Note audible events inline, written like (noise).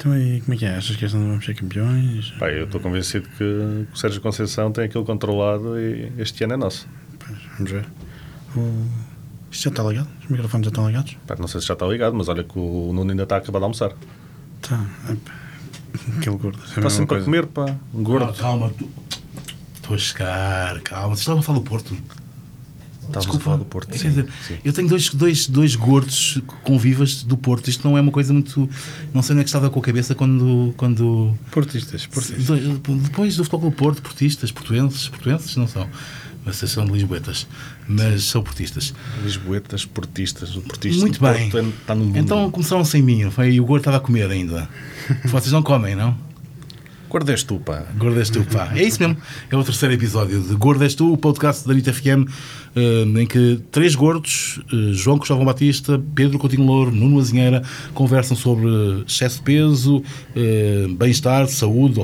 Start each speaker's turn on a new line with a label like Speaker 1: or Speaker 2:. Speaker 1: Então e como é que é? Achas que esta não vamos ser campeões?
Speaker 2: Pá, eu estou convencido que o Sérgio Conceição tem aquilo controlado e este ano é nosso.
Speaker 1: Pois, vamos ver. O... Hum. Isto já está ligado? Os microfones já estão ligados?
Speaker 2: Pá, não sei se já está ligado, mas olha que o Nuno ainda está a acabar de almoçar.
Speaker 1: Tá. Epá. Aquele gordo. Isso é a
Speaker 2: Está
Speaker 1: mesma
Speaker 2: sempre a
Speaker 1: coisa.
Speaker 2: comer, pá. Um
Speaker 3: Calma,
Speaker 2: Gordo.
Speaker 3: calma. tu- Estou a chegar, calma. Vocês estavam a falar do Porto.
Speaker 2: Estávamos a falar do Porto.
Speaker 3: Quer
Speaker 2: sim,
Speaker 3: dizer,
Speaker 2: sim.
Speaker 3: Eu tenho dois, dois, dois gordos convivas do Porto. Isto não é uma coisa muito. Não sei onde é que estava com a cabeça quando. quando
Speaker 1: Portistas, portistas.
Speaker 3: Dois- Depois do Futebol Clube do Porto, portistas, portuenses, portuenses não são. Vocês são de Lisboetas, mas são portistas.
Speaker 2: Lisboetas, portistas, o portista
Speaker 3: Muito
Speaker 2: do Porto
Speaker 3: bem.
Speaker 2: é- está no mundo.
Speaker 3: Então começaram sem mim, não foi? E o gordo estava a
Speaker 2: (laughs)
Speaker 3: comer ainda. Vocês não comem, não?
Speaker 2: Gordo és tu, pá.
Speaker 3: Gordo és tu, pá. É isso mesmo. É o terceiro episódio de Gordo és tu, o podcast da Rita FM, eh, em que três gordos, eh, João Cristóvão Batista, Pedro Coutinho Louro, Nuno Azinheira, conversam sobre excesso de peso, eh, bem-estar, saúde,